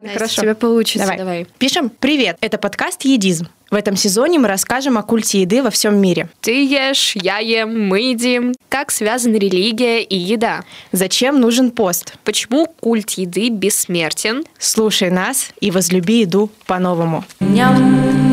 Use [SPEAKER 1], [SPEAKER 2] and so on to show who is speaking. [SPEAKER 1] Настя, Хорошо. у тебя получится.
[SPEAKER 2] Давай. Давай. Пишем. Привет, это подкаст «Едизм». В этом сезоне мы расскажем о культе еды во всем мире.
[SPEAKER 3] Ты ешь, я ем, мы едим. Как связаны религия и еда?
[SPEAKER 2] Зачем нужен пост?
[SPEAKER 3] Почему культ еды бессмертен?
[SPEAKER 2] Слушай нас и возлюби еду по-новому. Ням.